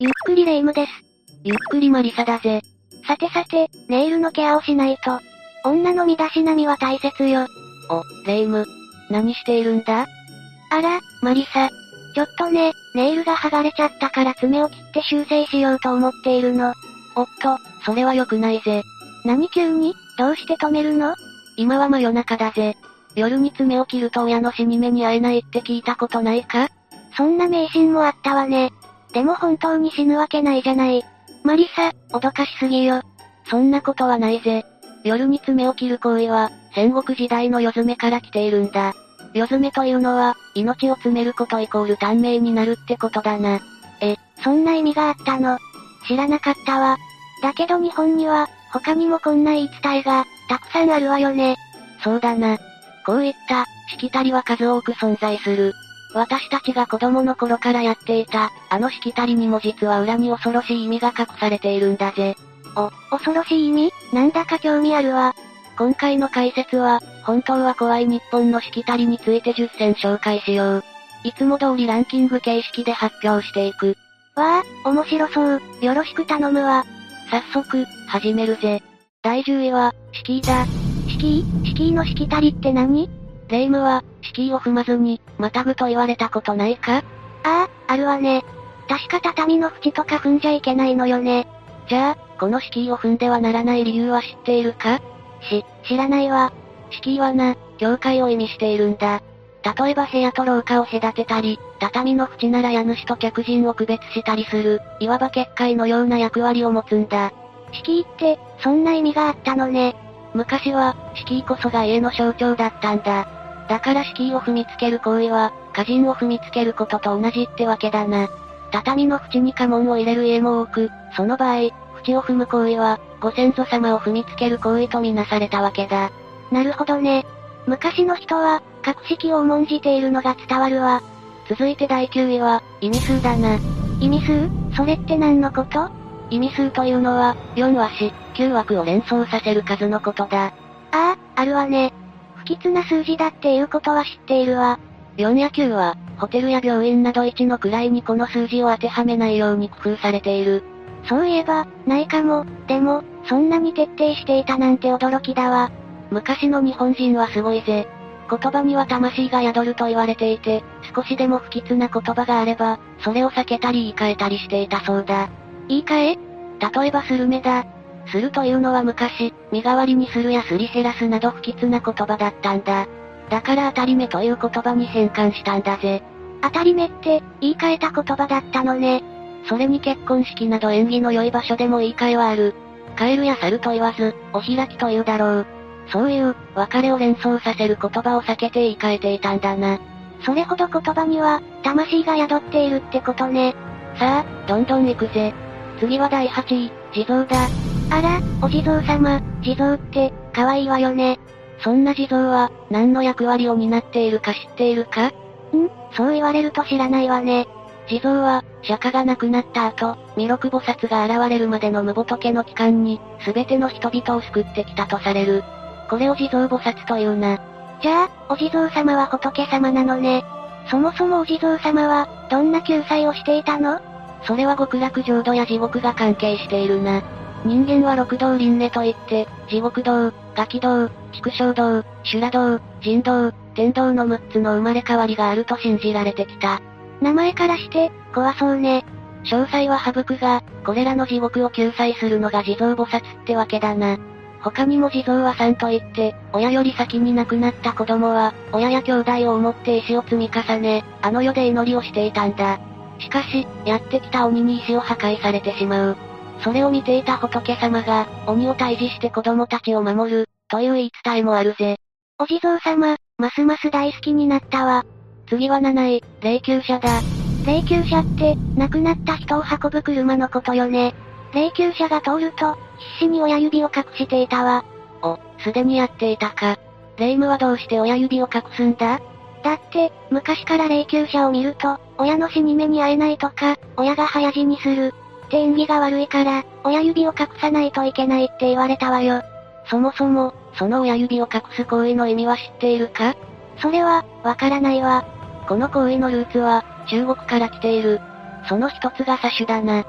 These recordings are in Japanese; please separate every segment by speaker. Speaker 1: ゆっくりレ夢ムです。
Speaker 2: ゆっくりマリサだぜ。
Speaker 1: さてさて、ネイルのケアをしないと。女の身だしなみは大切よ。
Speaker 2: お、レ夢ム。何しているんだ
Speaker 1: あら、マリサ。ちょっとね、ネイルが剥がれちゃったから爪を切って修正しようと思っているの。
Speaker 2: おっと、それは良くないぜ。
Speaker 1: 何急にどうして止めるの
Speaker 2: 今は真夜中だぜ。夜に爪を切ると親の死に目に会えないって聞いたことないか
Speaker 1: そんな迷信もあったわね。でも本当に死ぬわけないじゃない。マリサ、脅かしすぎよ。
Speaker 2: そんなことはないぜ。夜に爪を切る行為は、戦国時代の夜爪から来ているんだ。夜爪というのは、命を詰めることイコール短命になるってことだな。
Speaker 1: え、そんな意味があったの。知らなかったわ。だけど日本には、他にもこんな言い伝えが、たくさんあるわよね。
Speaker 2: そうだな。こういった、しきたりは数多く存在する。私たちが子供の頃からやっていた、あのしきたりにも実は裏に恐ろしい意味が隠されているんだぜ。
Speaker 1: お、恐ろしい意味なんだか興味あるわ。
Speaker 2: 今回の解説は、本当は怖い日本のしきたりについて10選紹介しよう。いつも通りランキング形式で発表していく。
Speaker 1: わあ、面白そう。よろしく頼むわ。
Speaker 2: 早速、始めるぜ。第10位は、敷居だ。
Speaker 1: 敷居敷居のしきたりって何
Speaker 2: 霊夢は、敷居を踏まずに、またぐと言われたことないか
Speaker 1: ああ、あるわね。確か畳の縁とか踏んじゃいけないのよね。
Speaker 2: じゃあ、この敷居を踏んではならない理由は知っているか
Speaker 1: し、知らないわ。
Speaker 2: 敷居はな、境界を意味しているんだ。例えば部屋と廊下を隔てたり、畳の縁なら家主と客人を区別したりする、いわば結界のような役割を持つんだ。
Speaker 1: 敷居って、そんな意味があったのね。
Speaker 2: 昔は、敷居こそが家の象徴だったんだ。だから敷居を踏みつける行為は、家人を踏みつけることと同じってわけだな。畳の縁に家紋を入れる家も多く、その場合、縁を踏む行為は、ご先祖様を踏みつける行為とみなされたわけだ。
Speaker 1: なるほどね。昔の人は、格式を重んじているのが伝わるわ。
Speaker 2: 続いて第9位は、意味数だな。
Speaker 1: 意味数それって何のこと
Speaker 2: 意味数というのは、4和詞、9枠を連想させる数のことだ。
Speaker 1: ああ、あるわね。不吉な数字だっていうことは知っているわ。
Speaker 2: 4や9は、ホテルや病院など1の位にこの数字を当てはめないように工夫されている。
Speaker 1: そういえば、ないかも、でも、そんなに徹底していたなんて驚きだわ。
Speaker 2: 昔の日本人はすごいぜ。言葉には魂が宿ると言われていて、少しでも不吉な言葉があれば、それを避けたり言い換えたりしていたそうだ。
Speaker 1: 言い換え
Speaker 2: 例えばスルメだ。するというのは昔、身代わりにするやすり減らすなど不吉な言葉だったんだ。だから当たり目という言葉に変換したんだぜ。
Speaker 1: 当たり目って、言い換えた言葉だったのね。
Speaker 2: それに結婚式など縁起の良い場所でも言い換えはある。カエルや猿と言わず、お開きというだろう。そういう、別れを連想させる言葉を避けて言い換えていたんだな。
Speaker 1: それほど言葉には、魂が宿っているってことね。
Speaker 2: さあ、どんどん行くぜ。次は第8位、地蔵だ。
Speaker 1: あら、お地蔵様、地蔵って、可愛いわよね。
Speaker 2: そんな地蔵は、何の役割を担っているか知っているかん
Speaker 1: そう言われると知らないわね。
Speaker 2: 地蔵は、釈迦が亡くなった後、弥勒菩薩が現れるまでの無仏の期間に、すべての人々を救ってきたとされる。これを地蔵菩薩というな。
Speaker 1: じゃあ、お地蔵様は仏様なのね。そもそもお地蔵様は、どんな救済をしていたの
Speaker 2: それは極楽浄土や地獄が関係しているな。人間は六道輪廻といって、地獄道、ガキ道、畜生道、修羅道、人道、天道の6つの生まれ変わりがあると信じられてきた。
Speaker 1: 名前からして、怖そうね。
Speaker 2: 詳細は省くが、これらの地獄を救済するのが地蔵菩薩ってわけだな。他にも地蔵は3といって、親より先に亡くなった子供は、親や兄弟を思って石を積み重ね、あの世で祈りをしていたんだ。しかし、やってきた鬼に石を破壊されてしまう。それを見ていた仏様が、鬼を退治して子供たちを守る、という言い伝えもあるぜ。
Speaker 1: お地蔵様、ますます大好きになったわ。
Speaker 2: 次は7位、霊柩車だ。
Speaker 1: 霊柩車って、亡くなった人を運ぶ車のことよね。霊柩車が通ると、必死に親指を隠していたわ。
Speaker 2: お、すでにやっていたか。霊夢はどうして親指を隠すんだ
Speaker 1: だって、昔から霊柩車を見ると、親の死に目に会えないとか、親が早死にする、って縁起が悪いから、親指を隠さないといけないって言われたわよ。
Speaker 2: そもそも、その親指を隠す行為の意味は知っているか
Speaker 1: それは、わからないわ。
Speaker 2: この行為のルーツは、中国から来ている。その一つがサシュだな。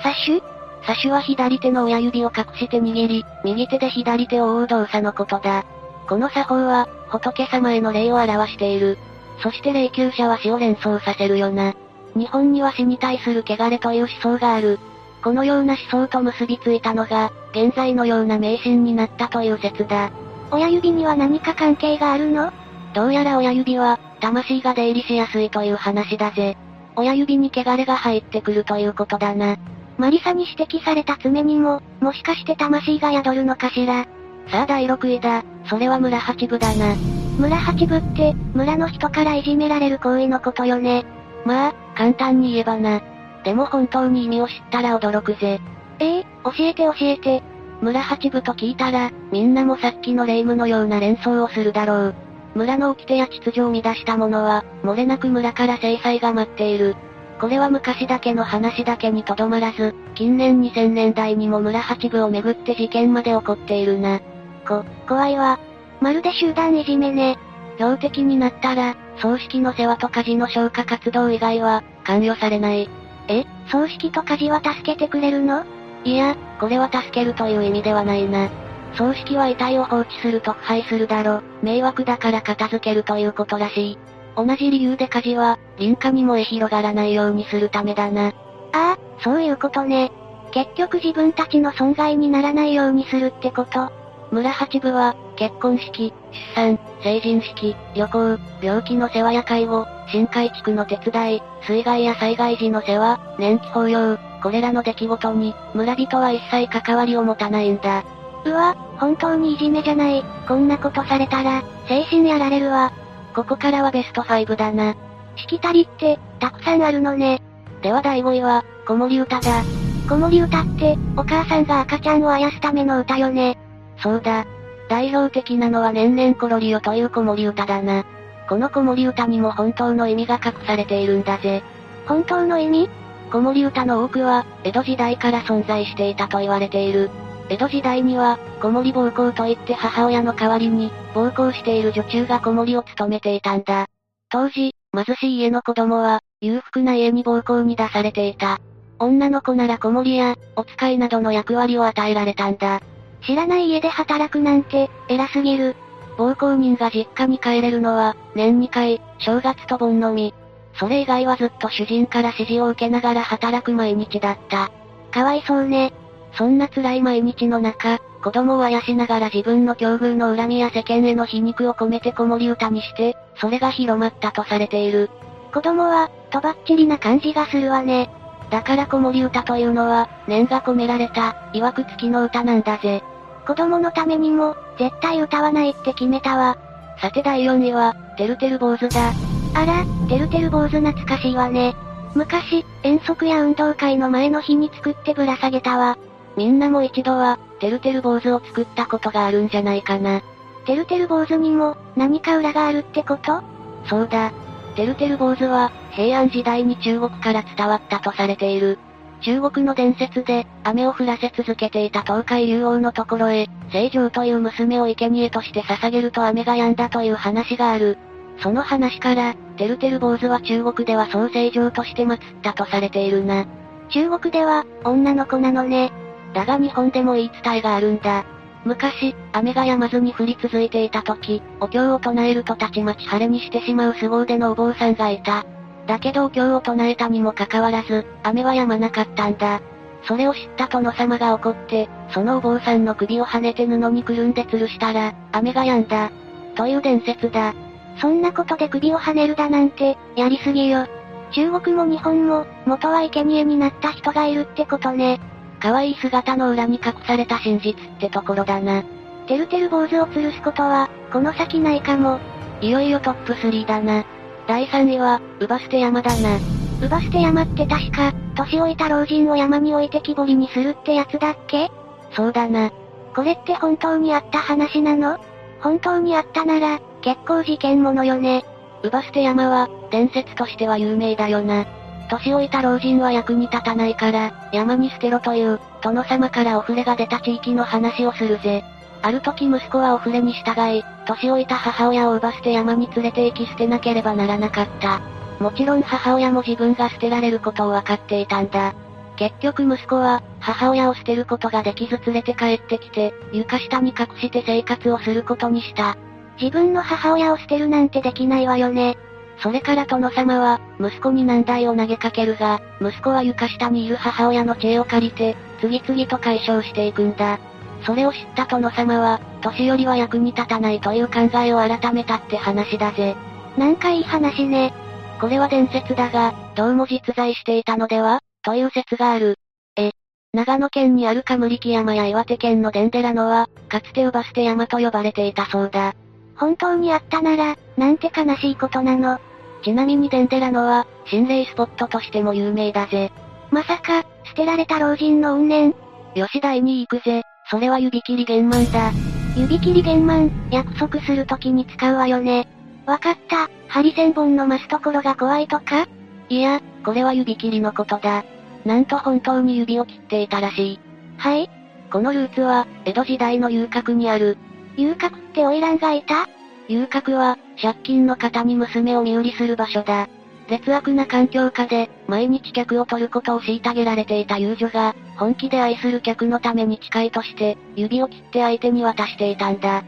Speaker 1: サシュ
Speaker 2: サシュは左手の親指を隠して握り、右手で左手を覆う動作のことだ。この作法は、仏様への礼を表している。そして霊柩者は死を連想させるよな。日本には死に対する汚れという思想がある。このような思想と結びついたのが、現在のような迷信になったという説だ。
Speaker 1: 親指には何か関係があるの
Speaker 2: どうやら親指は、魂が出入りしやすいという話だぜ。親指に汚れが入ってくるということだな。
Speaker 1: マリサに指摘された爪にも、もしかして魂が宿るのかしら。
Speaker 2: さあ第6位だ。それは村八部だな。
Speaker 1: 村八部って、村の人からいじめられる行為のことよね。
Speaker 2: まあ、簡単に言えばな。でも本当に意味を知ったら驚くぜ。
Speaker 1: ええー、教えて教えて。
Speaker 2: 村八部と聞いたら、みんなもさっきの霊夢のような連想をするだろう。村の掟や秩序を乱した者は、漏れなく村から制裁が待っている。これは昔だけの話だけにとどまらず、近年2000年代にも村八部をめぐって事件まで起こっているな。
Speaker 1: こ、怖いわ。まるで集団いじめね。
Speaker 2: 標的になったら、葬式の世話と家事の消火活動以外は、関与されない。
Speaker 1: え、葬式と家事は助けてくれるの
Speaker 2: いや、これは助けるという意味ではないな。葬式は遺体を放置すると腐敗するだろ、迷惑だから片付けるということらしい。同じ理由で火事は、林家に燃え広がらないようにするためだな。
Speaker 1: ああ、そういうことね。結局自分たちの損害にならないようにするってこと。
Speaker 2: 村八部は、結婚式、出産、成人式、旅行、病気の世話や介護、深海地区の手伝い、水害や災害時の世話、年季法要、これらの出来事に、村人は一切関わりを持たないんだ。
Speaker 1: うわ、本当にいじめじゃない。こんなことされたら、精神やられるわ。
Speaker 2: ここからはベスト5だな。
Speaker 1: しきたりって、たくさんあるのね。
Speaker 2: では第5位は、子守歌だ。
Speaker 1: 子守歌って、お母さんが赤ちゃんをあやすための歌よね。
Speaker 2: そうだ。代表的なのは年々コロリオという子守歌だな。この子守歌にも本当の意味が隠されているんだぜ。
Speaker 1: 本当の意味
Speaker 2: 子守歌の多くは、江戸時代から存在していたと言われている。江戸時代には、子守暴行といって母親の代わりに、暴行している女中が子守を務めていたんだ。当時、貧しい家の子供は、裕福な家に暴行に出されていた。女の子なら子守や、お使いなどの役割を与えられたんだ。
Speaker 1: 知らない家で働くなんて、偉すぎる。
Speaker 2: 暴行人が実家に帰れるのは、年2回、正月と盆のみ。それ以外はずっと主人から指示を受けながら働く毎日だった。
Speaker 1: かわいそうね。
Speaker 2: そんな辛い毎日の中、子供をあやしながら自分の境遇の恨みや世間への皮肉を込めて子守歌にして、それが広まったとされている。
Speaker 1: 子供は、とばっちりな感じがするわね。
Speaker 2: だから子守歌というのは、念が込められた、曰く付きの歌なんだぜ。
Speaker 1: 子供のためにも、絶対歌わないって決めたわ。
Speaker 2: さて第4位は、てるてる坊主だ。
Speaker 1: あら、てるてる坊主懐かしいわね。昔、遠足や運動会の前の日に作ってぶら下げたわ。
Speaker 2: みんなも一度は、てるてる坊主を作ったことがあるんじゃないかな。
Speaker 1: てるてる坊主にも、何か裏があるってこと
Speaker 2: そうだ。てるてる坊主は、平安時代に中国から伝わったとされている。中国の伝説で、雨を降らせ続けていた東海竜王のところへ、聖女という娘を生贄として捧げると雨が止んだという話がある。その話から、てるてる坊主は中国では総聖女として祀ったとされているな。
Speaker 1: 中国では、女の子なのね。
Speaker 2: だが日本でも言い伝えがあるんだ。昔、雨が止まずに降り続いていた時、お経を唱えるとたちまち晴れにしてしまう凄腕のお坊さんがいた。だけどお経を唱えたにもかかわらず、雨は止まなかったんだ。それを知った殿様が怒って、そのお坊さんの首をはねて布にくるんで吊るしたら、雨が止んだ。という伝説だ。
Speaker 1: そんなことで首をはねるだなんて、やりすぎよ。中国も日本も、元は生贄になった人がいるってことね。
Speaker 2: 可愛い姿の裏に隠された真実ってところだな。
Speaker 1: てるてる坊主を吊るすことは、この先ないかも。
Speaker 2: いよいよトップ3だな。第3位は、ウバステ山だな。
Speaker 1: ウバステ山って確か、年老いた老人を山に置いて木彫りにするってやつだっけ
Speaker 2: そうだな。
Speaker 1: これって本当にあった話なの本当にあったなら、結構事件ものよね。
Speaker 2: ウバステ山は、伝説としては有名だよな。年老いた老人は役に立たないから、山に捨てろという、殿様からお触れが出た地域の話をするぜ。ある時息子はお触れに従い、年老いた母親を奪捨て山に連れて行き捨てなければならなかった。もちろん母親も自分が捨てられることを分かっていたんだ。結局息子は、母親を捨てることができず連れて帰ってきて、床下に隠して生活をすることにした。
Speaker 1: 自分の母親を捨てるなんてできないわよね。
Speaker 2: それから殿様は、息子に難題を投げかけるが、息子は床下にいる母親の知恵を借りて、次々と解消していくんだ。それを知った殿様は、年寄りは役に立たないという考えを改めたって話だぜ。
Speaker 1: なんかいい話ね。
Speaker 2: これは伝説だが、どうも実在していたのではという説がある。え、長野県にあるムリ木山や岩手県のデンデラノは、かつてウバステ山と呼ばれていたそうだ。
Speaker 1: 本当にあったなら、なんて悲しいことなの。
Speaker 2: ちなみにデンデラノは、心霊スポットとしても有名だぜ。
Speaker 1: まさか、捨てられた老人の怨念
Speaker 2: 吉台に行くぜ。それは指切り玄満だ。
Speaker 1: 指切り玄満、約束するときに使うわよね。わかった、ハリセンボンの増すところが怖いとか
Speaker 2: いや、これは指切りのことだ。なんと本当に指を切っていたらしい。
Speaker 1: はい
Speaker 2: このルーツは、江戸時代の遊郭にある。
Speaker 1: 遊郭って花魁がいた
Speaker 2: 遊郭は、借金の方に娘を身売りする場所だ。劣悪な環境下で、毎日客を取ることを虐げられていた遊女が、本気で愛する客のために誓いとして、指を切って相手に渡していたんだ。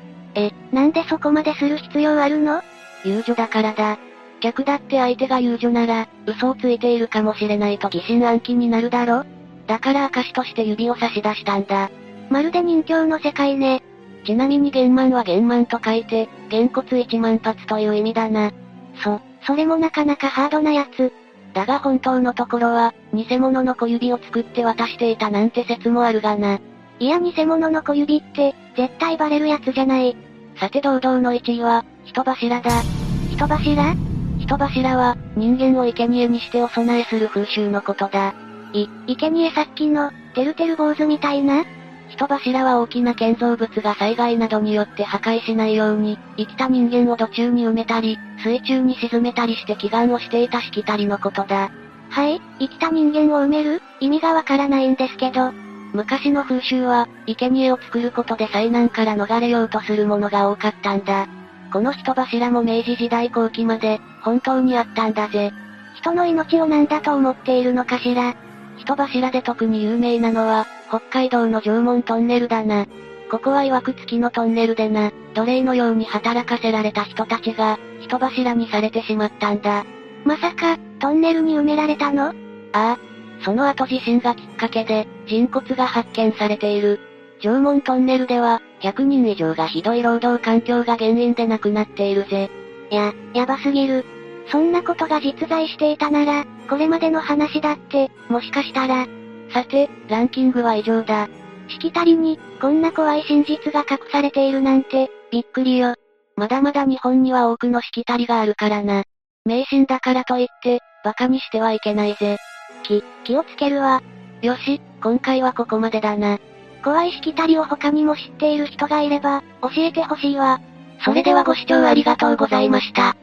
Speaker 1: なんでそこまでする必要あるの
Speaker 2: 遊女だからだ。客だって相手が遊女なら、嘘をついているかもしれないと疑心暗鬼になるだろだから証として指を差し出したんだ。
Speaker 1: まるで人形の世界ね。
Speaker 2: ちなみに玄満は玄満と書いて、玄骨一万発という意味だな。そ、
Speaker 1: それもなかなかハードなやつ。
Speaker 2: だが本当のところは、偽物の小指を作って渡していたなんて説もあるがな。
Speaker 1: いや偽物の小指って、絶対バレるやつじゃない。
Speaker 2: さて堂々の1位は、人柱だ。
Speaker 1: 人柱
Speaker 2: 人柱は、人間を生贄にしてお供えする風習のことだ。
Speaker 1: い、生贄さっきの、てるてる坊主みたいな
Speaker 2: 人柱は大きな建造物が災害などによって破壊しないように、生きた人間を土中に埋めたり、水中に沈めたりして祈願をしていたしきたりのことだ。
Speaker 1: はい、生きた人間を埋める意味がわからないんですけど。
Speaker 2: 昔の風習は、生贄を作ることで災難から逃れようとするものが多かったんだ。この人柱も明治時代後期まで、本当にあったんだぜ。
Speaker 1: 人の命をなんだと思っているのかしら。
Speaker 2: 人柱で特に有名なのは、北海道の縄文トンネルだな。ここは曰く付きのトンネルでな、奴隷のように働かせられた人たちが、人柱にされてしまったんだ。
Speaker 1: まさか、トンネルに埋められたの
Speaker 2: ああ、その後地震がきっかけで、人骨が発見されている。縄文トンネルでは、100人以上がひどい労働環境が原因で亡くなっているぜ。
Speaker 1: や、やばすぎる。そんなことが実在していたなら、これまでの話だって、もしかしたら、
Speaker 2: さて、ランキングは以上だ。
Speaker 1: しきたりに、こんな怖い真実が隠されているなんて、
Speaker 2: びっくりよ。まだまだ日本には多くのしきたりがあるからな。迷信だからといって、馬鹿にしてはいけないぜ。
Speaker 1: き、気をつけるわ。
Speaker 2: よし、今回はここまでだな。
Speaker 1: 怖いしきたりを他にも知っている人がいれば、教えてほしいわ。
Speaker 2: それではご視聴ありがとうございました。